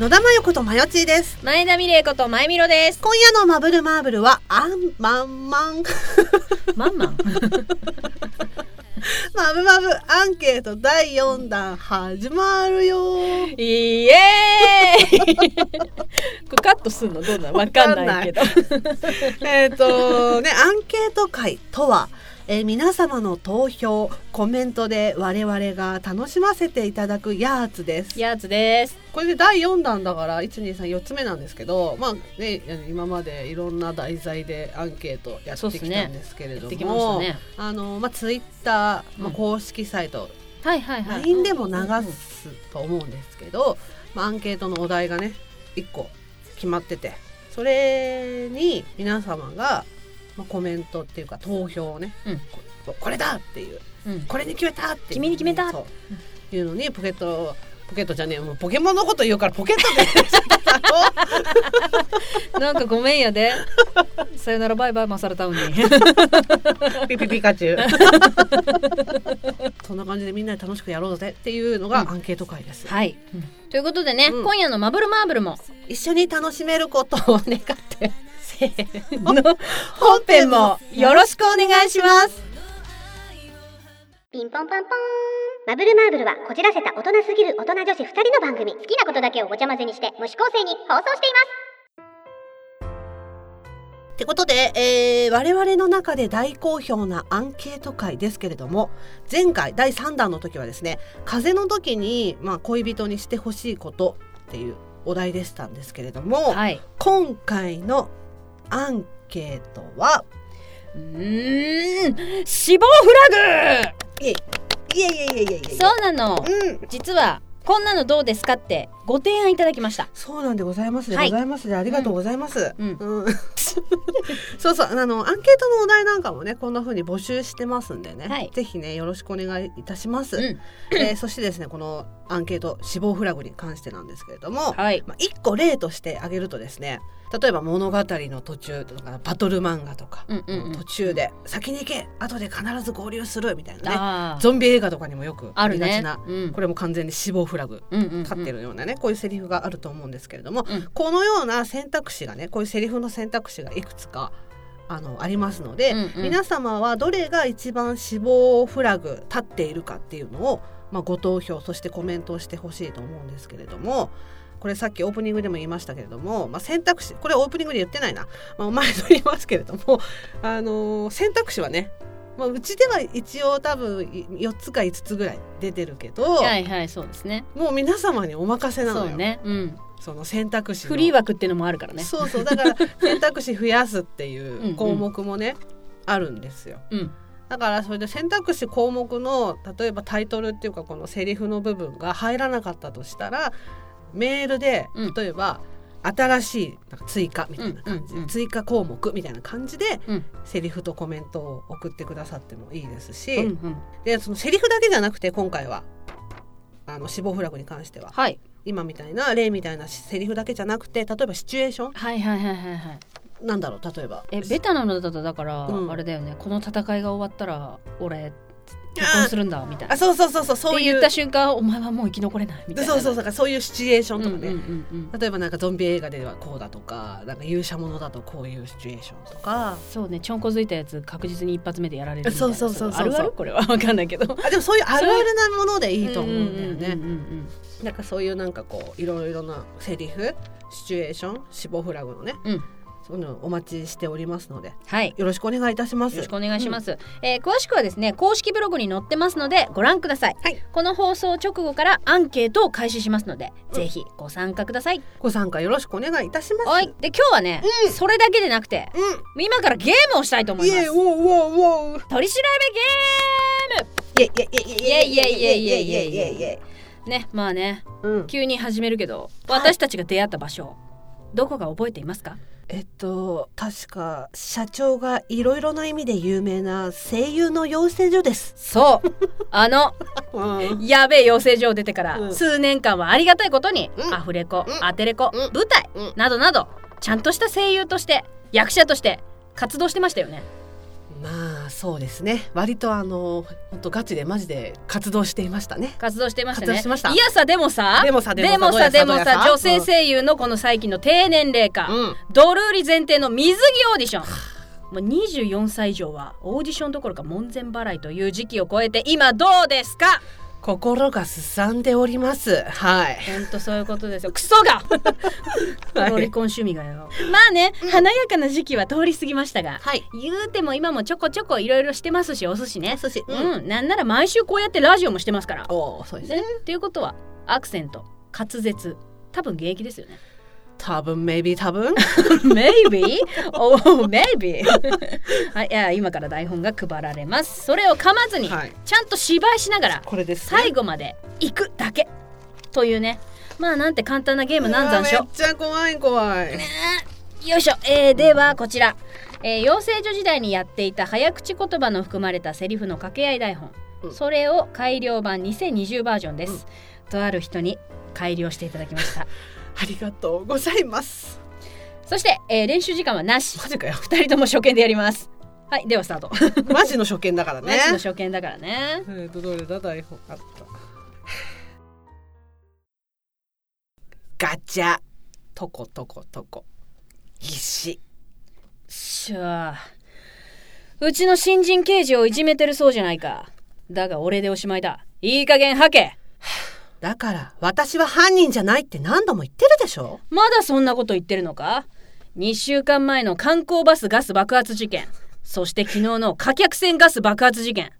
野田真由子とまよちーです。前田美玲子と前みろです。今夜のマブルマーブルは、あん、まんまん、 まんまん。マブマブアンケート第4弾始まるよ。 イエーイ。これカットすんのどうなのわかんないけど。えっと、ね、アンケート会とは、えー皆様の投票、コメントで我々が楽しませていただくやつです。やつです。これで第4弾だから123つ目なんですけど、まあね、今までいろんな題材でアンケートやってきたんですけれどできましたも、ね。あのまあ、ツイッター、まあ、うん公式サイト、はいはいはい。 LINE でも流すと思うんですけど、まあ、アンケートのお題がね1個決まっててそれに皆様が、まあ、コメントっていうか投票をね、うんここれだっていううん。うん。これに決めたっていう君に決めたそううんいうのにポケットポケットじゃねえもうポケモンのこと言うからポケットで なんかごめんや で。さよならバイバイマサルタウンに。ピピピカチュウ そんな感じでみんなで楽しくやろうぜっていうのうんがアンケート会です、はい。ということでね、うん今夜のマブルマーブルも一緒に楽しめることを願 ってせーの本編もよろしくお願いしますピンポンパンポーンマブルマーブルはこじらせた大人すぎる大人女子2人の番組好きなことだけをごちゃ混ぜにして無視構成に放送していますってことで、えー我々の中で大好評なアンケート会ですけれども前回第3弾の時はですね風邪の時に、まあ、恋人にしてほしいことっていうお題でしたんですけれども、はい。今回のアンケートはうーん。死亡フラいえいえいえいえいグえそうなの。うん実は、こんなのどうですかってご提案いただきました。そうなんでございますで、はいございますでありがとうございます。うんうん そうそうあのアンケートのお題なんかもねこんな風に募集してますんでね、はいぜひねよろしくお願いいたします。うんえーそしてですねこのアンケート死亡フラグに関してなんですけれども、はい。まあ、一個例として挙げるとですね例えば物語の途中とかバトル漫画とか、うんうんうん途中で先に行け後で必ず合流するみたいなねあーゾンビ映画とかにもよくああるりがちねな、。うんこれも完全に死亡フラグうんうんうん立ってるようなねこういうセリフがあると思うんですけれども、うんこのような選択肢がねこういうセリフの選択肢がいくつかあのありますので、うんうん皆様はどれが一番死亡フラグ立っているかっていうのを、まあ、ご投票そしてコメントをしてほしいと思うんですけれども。これさっきオープニングでも言いましたけれども、まあ、選択肢これオープニングで言ってないな、まあ、前と言いますけれども、あのー選択肢はね、まあ、うちでは一応多分4つか5つぐらい出てるけど、はいはいそうですね。もう皆様にお任せなのそようね。うん。その選択肢のフリー枠っていうのもあるからね。そうそうだから選択肢増やすってんいううん項目もね、あるんですようん。だからそれで選択肢項目の例えばタイトルっていうかこのセリフの部分が入らなかったとしたらメールでうん例えば、新しいなんか追加みたいな感じ、うんうんうん追加項目みたいな感じで、うんセリフとコメントを送ってくださってもいいですし、うんうん。でそのセリフだけじゃなくて今回はあの死亡フラグに関してははい。今みたいな例みたいなセリフだけじゃなくて例えばシチュエーショはいはいはいはいはい。ンなんだろう例えばえベタなのだとだから、うんあれだよね。この戦いが終わったら俺結婚あするんだみたいな。あっそうそうそうそうそうてい言うった瞬間お前はもう生き残れないみたいな。そうそうそうだからそういうシチュエーションうんとうかんね、うんうん。例えばなんかゾンビ映画ではこうだとかなんか勇者ものだとこういうシチュエーションとかそうね。ちょんこづいたやつ確実に一発目でやられるみたいな。そうそうそうそうあるあるこれはわかんないけど。あでもそういうあるあるなものでいいと思うんだよね、うんうんうんなんかそういうなんかこういろいろなセリフシチュエーション死亡フラグのねうんうん。うんそういうのお待ちしておりますのではい。よろしくお願いいたしますよろしくお願いします、えー詳しくはですね公式ブログに載ってますのでご覧ください、はいこの放送直後からアンケートを開始しますので、うんぜひご参加くださいご参加よろしくお願いいたしますはいで今日はね、それだけでなくてう今からゲームをしたいと思んいイまエーすウォーウォーウォー取り調べゲーイェイイェイイェイイェイイェイイェイイェイイェイイェイイェイイェイイェイイェイムねまあねうん急に始めるけど私たちが出会った場所、どこが覚えていますかえっと確か社長がいろいろな意味で有名な声優の養成所です。そう あのうんやべえ養成所を出てから、うん数年間はありがたいことに、うんアフレコ、うんアテレコ、うん舞台、うんなどなどちゃんとした声優として役者として活動してましたよねまあまあそうですね割とあの本当ガチでマジで活動していましたね活動してました活動ねしてましたいやさでもさでもさでもさでもさ女性優声優のこの最近の低年齢化、うんドルーリ前提の水着オーディションもう24歳以上はオーディションどころか門前払いという時期を超えて今どうですか心がすさんでおりますはいほんとそういうことですよクソ がロリコン趣味がよまあね華やかな時期は通り過ぎましたがはい言うても今もちょこちょこいろいろしてますしお寿司ね寿司うん、なんなら毎週こうやってラジオもしてますからおおそうですねね、っていうことはアクセント滑舌多分現役ですよね多分 maybe 多分 Maybe? Oh, maybe はいいや今から台本が配られますそれを噛まずに、はいちゃんと芝居しながらこれですね最後まで行くだけというねまあなんて簡単なゲームなんざんしうわょめっちゃ怖い怖いよいしょ、えー、ではこちら、えー養成所時代にやっていた早口言葉の含まれたセリフの掛け合い台本、うんそれを改良版2020バージョンです、とある人に改良していただきました ありがとうございますそして、えー練習時間はなしマジかよ2人とも初見でやりますはいではスタートマジの初見だからねなしの初見だからねえーとどれだ台本あったガチャとことことこ石しゃあうちの新人刑事をいじめてるそうじゃないかだが俺でおしまいだいい加減吐けだから私は犯人じゃないって何度も言ってるでしょまだそんなこと言ってるのか ?2 週間前の観光バスガス爆発事件、そして昨日の貨客船ガス爆発事件。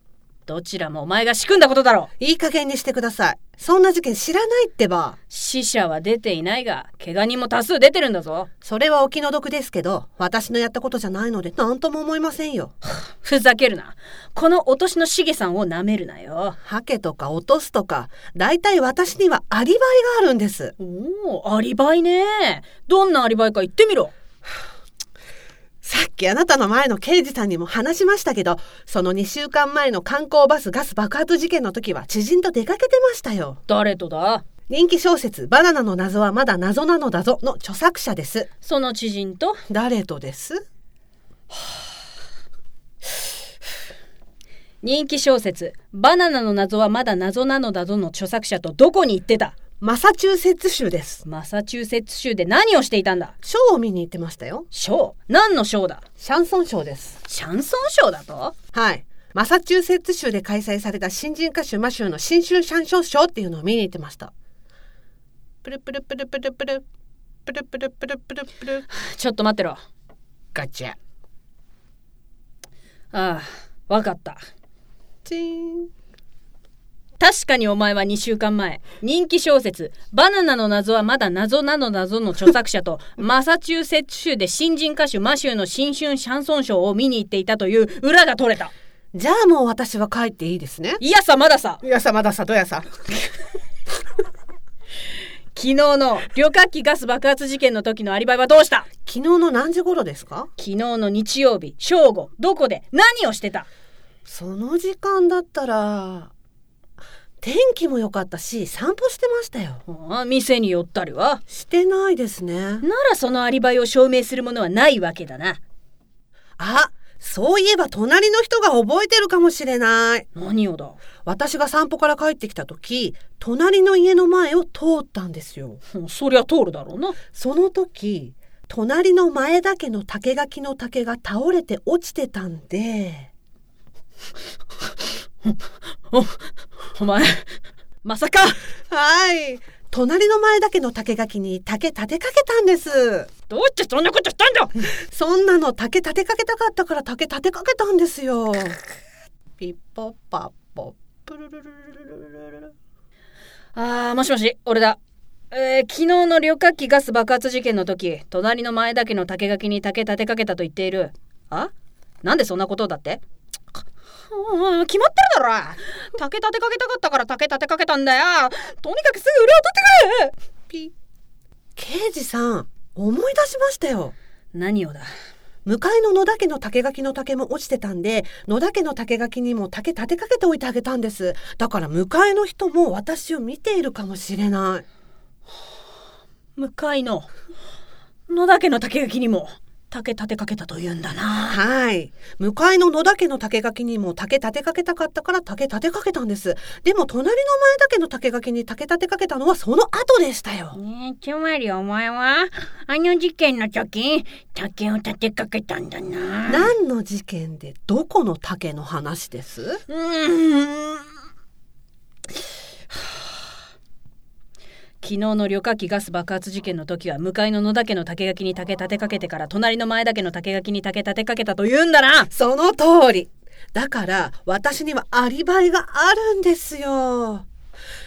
どちらもお前が仕組んだことだろういい加減にしてくださいそんな事件知らないってば死者は出ていないが、怪我人も多数出てるんだぞ。それはお気の毒ですけど私のやったことじゃないので何とも思いませんよふざけるな。このお年のしげさんを舐めるなよ。ハケとか落とすとか大体私にはアリバイがあるんですおお、アリバイね。どんなアリバイか言ってみろ。さっきあなたの前の刑事さんにも話しましたけど、その2週間前の観光バスガス爆発事件の時は知人と出かけてましたよ。誰とだ人気小説バナナの謎はまだ謎なのだぞの著作者です。その知人と誰とです人気小説「バナナの謎はまだ謎なのだぞ」の著作者とどこに行ってたマサチューセッツ州です。マサチューセッツ州で何をしていたんだショーを見に行ってましたよ。ショー何のショーだシャンソンショーです。シャンソンショーだとはい。マサチューセッツ州で開催された新人歌手マシューの新春シャンソンショーっていうのを見に行ってました。プルプルプルプルプル、プルプルプルプルプル、ちょっと待ってろあガチャ。あわかったチーン。確かにお前は2週間前人気小説「バナナの謎はまだ謎なの謎」の著作者 とマサチューセッツ州で新人歌手マシューの新春シャンソンショーを見に行っていたという裏が取れたじゃあもう私は帰っていいですね。いやさまださいやさまださどやさ。昨日の旅客機ガス爆発事件の時のアリバイはどうした昨日の何時頃ですか？昨日の日曜日正午どこで何をしてたその時間だったら天気も良かったし散歩してましたよ。ああ店に寄ったりはしてないですね。ならそのアリバイを証明するものはないわけだなあ、そういえば隣の人が覚えてるかもしれない。何をだ私が散歩から帰ってきた時、隣の家の前を通ったんですよ。うんそりゃ通るだろうなその時、隣の前田家の竹垣の竹が倒れて落ちてたんで。おお前まさかはい。隣の前だけの竹垣に竹立てかけたんです。どうしてそんなことしたんだそんなの竹立てかけたかったから竹立てかけたんですよ。ピッポッパッポプルルルルルルルルル。あーもしもし俺だえー昨日の旅客機ガス爆発事件の時隣の前田家の竹垣に竹立てかけたと言っているあなんでそんなことだってうん決まってるだろ竹立てかけたかったから竹立てかけたんだよとにかくすぐ裏を取ってくれピッ。刑事さん、思い出しましたよ。何をだ向かいの野田家の竹垣の竹も落ちてたんで、野田家の竹垣にも竹立てかけておいてあげたんです。だから向かいの人も私を見ているかもしれない。向かいの野田家の竹垣にも竹立てかけたと言うんだなはい向かいの野田家の竹垣にも竹立てかけたかったから竹立てかけたんですでも隣の前田家の竹垣に竹立てかけたのはその後でしたよねえつまりお前はあの事件の時竹を立てかけたんだな何の事件でどこの竹の話ですうーん昨日の旅客機ガス爆発事件の時は向かいの野田家の竹垣に竹立てかけてから隣の前田家の竹垣に竹立てかけたと言うんだなその通りだから私にはアリバイがあるんですよ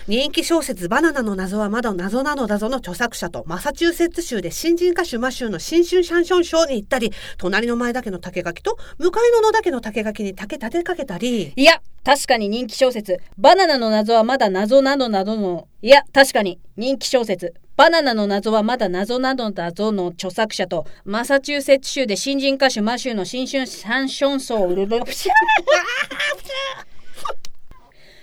人気小説「バナナの謎はまだ謎なのだぞ」の著作者とマサチューセッツ州で新人歌手マシューの新春シャンションショーに行ったり隣の前田家の竹垣と向かいの野田家の竹垣に竹立てかけたりいや確かに人気小説「バナナの謎はまだ謎なのなどの」いや確かに人気小説「バナナの謎はまだ謎なのだぞ」の著作者とマサチューセッツ州で新人歌手マシューの新春シャンションソー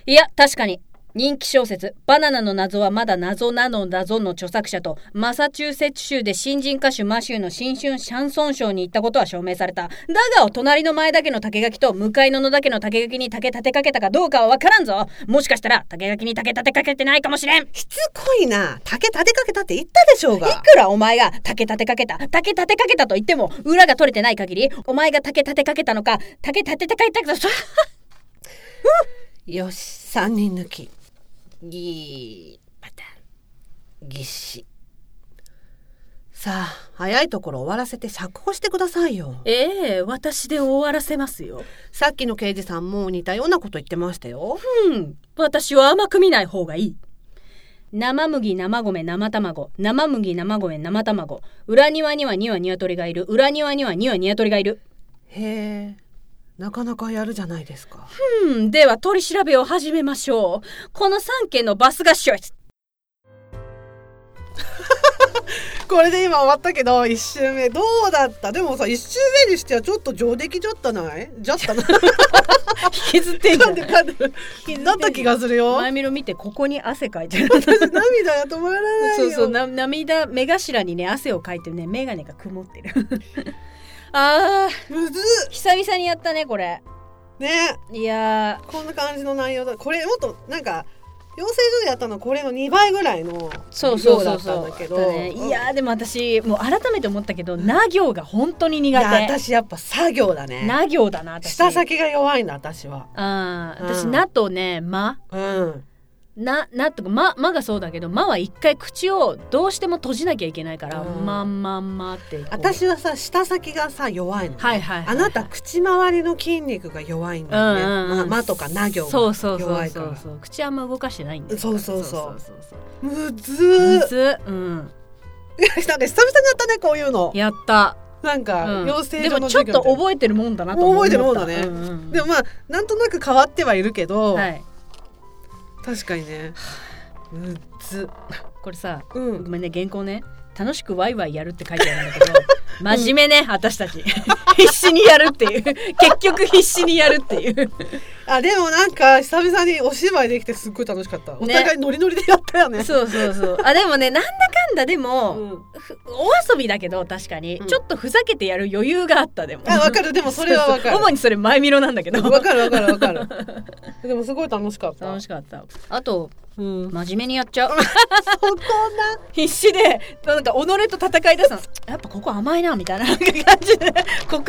いや確かに人気小説「バナナの謎はまだ謎なのだぞ」の著作者とマサチューセッツ州で新人歌手マシューの新春シャンソンショーに行ったことは証明されただがお隣の前だけの竹垣と向かいの野だけの竹垣に竹立てかけたかどうかは分からんぞもしかしたら竹垣に竹立てかけてないかもしれんいしつこいな竹立てかけたって言ったでしょうがくらお前が竹立てかけた竹立てかけたと言っても裏が取れてない限りお前が竹立てかけたのか竹立てかけたかよし3人抜きぎーパタンぎっしさあ早いところ終わらせて釈放してくださいよ ええ私で終わらせますよさっきの刑事さんも似たようなこと言ってましたようん、私は甘く見ない方がいい。生麦、生米、生卵。生麦、生米、生卵。裏庭には2羽鶏がいる。裏庭には2羽鶏がいる。へえなかなかやるじゃないですかうん、では取り調べを始めましょう。この3件のバス合唱です。これで今終わったけど1周目どうだったでもさ1周目にしてはちょっと上出来じゃったないじゃったな引きずってんじゃなんんで。なんでなった気がするよ前見ろ見て、ここに汗かいてる。涙が止まらないそようそうな涙目頭にね汗をかいてね眼鏡が曇ってる あーむずっ久々にやったねこれねいやこんな感じの内容だこれもっとなんか養成所でやったのはこれの2倍ぐらいのそうそう量だそうったんそうだけどだねいやーでも私もう改めて思ったけどな行が本当にいや苦私やっぱ作業だ手ねな行だな私下先が弱いんだ私はあーうん私なとねまうんななとかままがそうだけどまは一回口をどうしても閉じなきゃいけないからうんまんまんまってこう私はさ下先がさ弱いの、はいはいはあいなた口周りの筋肉が弱いんだよね、うんうんうんままとかな行そがうそうそ弱ういかそらうそう口あんま動かしてないんだよそうそうそうそうそうむずそうーむずうんなんか久々にやったねこういうのやったなんか、うん養成で所ものちょっ授業とみたいな覚えてるもんだなと思っ覚えたてるもんだねうんうんでもまあなんとなく変わってはいるけど、はい確かにねむずこれさうごんめんね原稿ね楽しくワイワイやるって書いてあるんだ けど真面目ね、私たち 必死にやるって いう結局必死にやるっていうあでもなんか久々にお芝居できてすっごい楽しかったお互いノリノリでやったよねそうそうそうあでもねなんだかんだでも、うんふお遊びだけど確かに、うんちょっとふざけてやる余裕があったでもあわかるでもそれはわかる そうそう主にそれ前見ろなんだけどわかるわかるわか るでもすごい楽しかった楽しかったあとうん真面目にやっちゃうそこな 必死でなんか己と戦い出すのやっぱここ甘いなみたいななんか感じでここ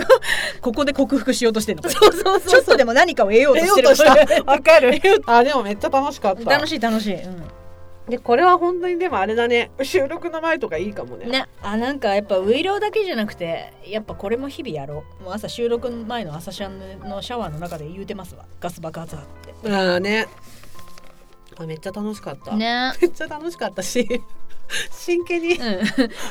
ここで克服しようとしてんのこれそうそうちょっとでも何かを得ようとしてる わかるあでもめっちゃ楽しかった楽しい楽しい、でこれは本当にでもあれだね収録の前とかいいかもねねあなんかやっぱウイローだけじゃなくてやっぱこれも日々やろうもう朝収録の前の朝シャンのシャワーの中で言うてますわガス爆発はっああねあめっちゃ楽しかった、てねめっちゃ楽しかったし 真剣にうん、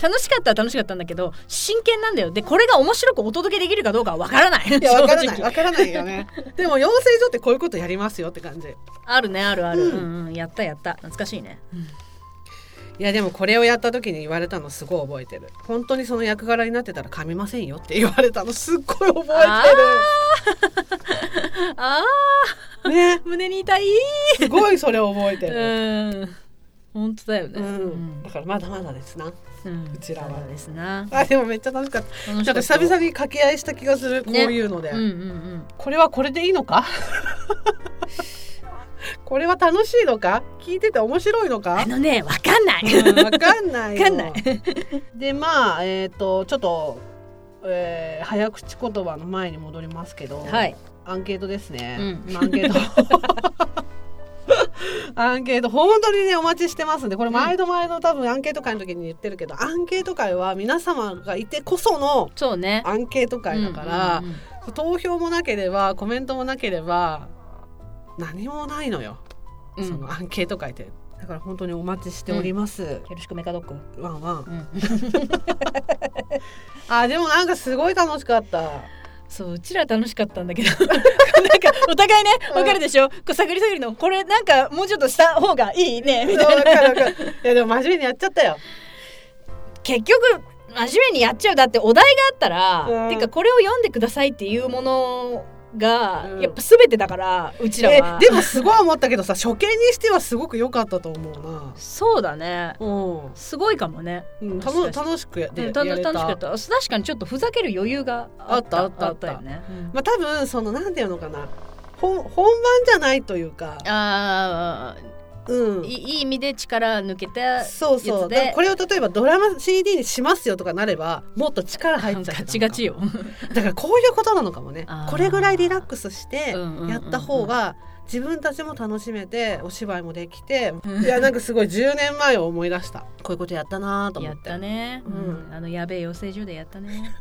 楽しかったは楽しかったんだけど真剣なんだよでこれが面白くお届けできるかどうかはわからないいやわからな正い直わからないよねでも養成所ってこういうことやりますよって感じあるねあるある、ううんんうんやったやった懐かしいね、いやでもこれをやった時に言われたのすごい覚えてる本当にその役柄になってたら噛みませんよって言われたのすっごい覚ああえてるね胸に痛いすごいそれ覚えてる、 うん本当だよね。うん、だからまだまだですなうんうちらはそうですな。あでもめっちゃ楽しかった楽しちょかったと久々に掛け合いした気がする、ねこういうので、うんうんうん。これはこれでいいのか これは楽しいのか聞いてて面白いのかあのね、わかんない。うんわかんないよわかんないでまあえっ、とちょっと、えー早口言葉の前に戻りますけど、 はい。アンケートですね、うんまあアンケート アンケート本当にねお待ちしてますんでこれ毎度毎度多分アンケート会の時に言ってるけど、アンケート会は皆様がいてこそのそうね。アンケート会だから、うんうんうん投票もなければコメントもなければ何もないのよ、うんそのアンケート会ってだから本当にお待ちしております、よろしくメカドック。ワンワンうん。あでもなんかすごい楽しかったそううちら楽しかったんだけど なんかお互いねうんわかるでしょ、こう探り探りのこれなんかもうちょっとした方がいいね みたそういわなかるわかるいやでも真面目にやっちゃったよ結局真面目にやっちゃうだってお題があったら、うんてかこれを読んでくださいっていうものが、うんやっぱ全てだからうちらえはでもすごい思ったけどさ初見にしてはすごく良かったと思うなそうだねうすごいかもね、ん、うん、た確のかに楽しくやでうん、やた楽れしたかったあ確かにちょっとふざける余裕があったあったあったよね、うんまあ多分そのなんていうのかな本本番じゃないというかあうーんいいい意味で力抜けてそうそやうつでだからこれを例えばドラマ CD にしますよとかなればもっと力入っちゃってたのかガチガチよ。だからこういうことなのかもねあーこれぐらいリラックスしてうんうんうんうんやった方が自分たちも楽しめてお芝居もできていやなんかすごい10年前を思い出したこういうことやったなと思やっってたね、ううんん、あのやべえ養成所でやっ たね、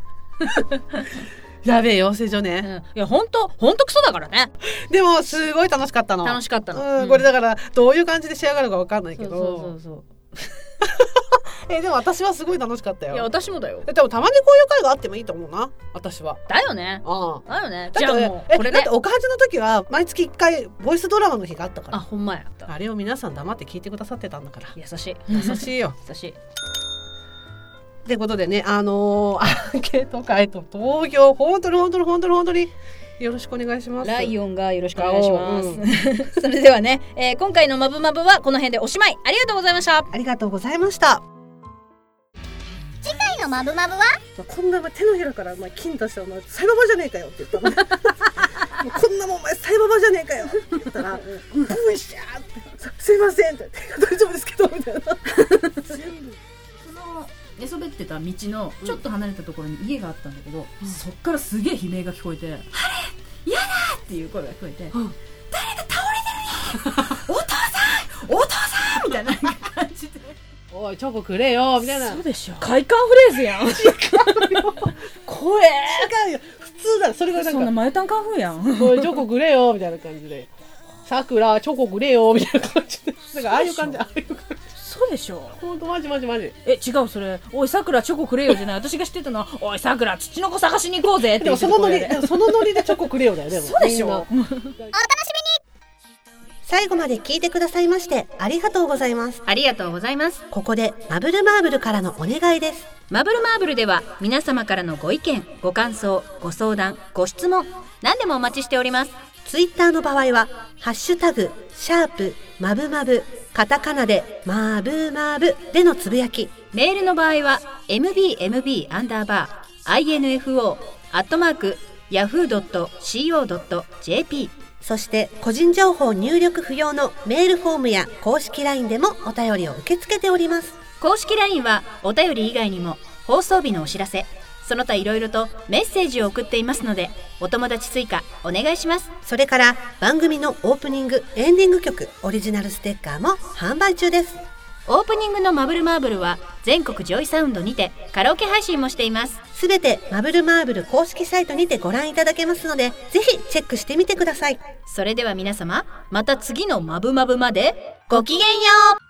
やべえ養成所うん、ね、いやほんとほんとクソだからねでもすごい楽しかったの楽しかったの、うん、これだかからどういう感じで仕上がるかわかんないけどそうそうそうえでも私はすごい楽しかったそうよいや私もだよでもたまにこういう会があってもいいと思うな私はだよねああだよねだじっゃあてもうえこれだってでおかはじの時は毎月1回ボイスドラマの日があったかあらほんまやあれを皆さん黙って聞いてくださってたんだから優しい優しいよ優しいってことでねあのー、アンケート会と投票本当に本当に本当に本当によろしくお願いしますライオオンがよろしくお願いします、おう それではね、えー今回の「まぶまぶ」はこの辺でおしまいありがとうございましたありがとうございました次回のマブマブはまあこんなお前手のひらからお前金出してお前サイババじゃねえ かよって言ったのもうこんなもんお前サイババじゃねえかよって言ったら「うんブイシャーって」すいません」って「大丈夫ですけど」みたいなその寝そべってた道のちょっと離れたところに家があったんだけど、そっからすげえ悲鳴が聞こえて「あれ嫌だ!」っていう声が聞こえて「ん 誰か倒れてるよお父さんお父さん!」みたいな感じで「おいチョコくれよ」みたいなでしょ快感フレーズやん怖え違うよ普通だそれがなんか前炭カンフーやん「おいチョコくれよ」みたいな感じで「さくらチョコくれよ」みたいな感じでなんかああいう感じああいう感じそうでしょほんとマジマジマジえ違うそれ「おいさくらチョコくれよ」じゃない私が知ってたのは「おいさくらちのこ探しに行こうぜ」ってで言もそってたのノ声リででもそのノリでチョコくれよだよでもそうでしみんょな最後まで聞いてくださいましてありがとうございます。ありがとうございますここでマブルマーブルからのお願いです。マブルマーブルでは皆様からのご意見、ご感想、ご相談、ご質問、何でもお待ちしております。ツイッターの場合は、ハッシュタグ、シャープ、マブマブ、カタカナで、マーブマーブでのつぶやき、メールの場合は mbmb アンダーバー info アットマーク yahoo.co.jp そして個人情報入力不要のメールフォームや公式 LINE でもお便りを受け付けております。公式 LINE はお便り以外にも放送日のお知らせ、その他いろいろとメッセージを送っていますのでお友達追加お願いします。それから番組のオープニング、エンディング曲、オリジナルステッカーも販売中です。オープニングのマブルマーブルは全国ジョイサウンドにてカラオケ配信もしています。すべてマブルマーブル公式サイトにてご覧いただけますので、ぜひチェックしてみてください。それでは皆様また次の「まぶまぶ」までごきげんよう